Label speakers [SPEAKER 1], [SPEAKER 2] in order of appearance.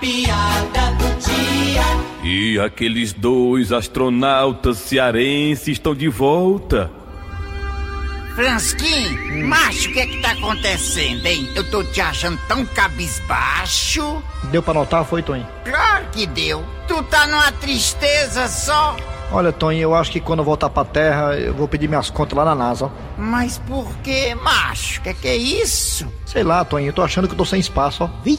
[SPEAKER 1] piada do dia.
[SPEAKER 2] E aqueles dois astronautas cearenses estão de volta.
[SPEAKER 3] Fransquim, macho, o que é que tá acontecendo, hein? Eu tô te achando tão cabisbaixo.
[SPEAKER 4] Deu pra notar, foi, Tonho?
[SPEAKER 3] Claro que deu. Tu tá numa tristeza só.
[SPEAKER 4] Olha, Tonho, eu acho que quando eu voltar pra Terra, eu vou pedir minhas contas lá na NASA. ó.
[SPEAKER 3] Mas por que, macho? O que é que é isso?
[SPEAKER 4] Sei lá, Tonho, eu tô achando que eu tô sem espaço, ó.
[SPEAKER 5] Vi?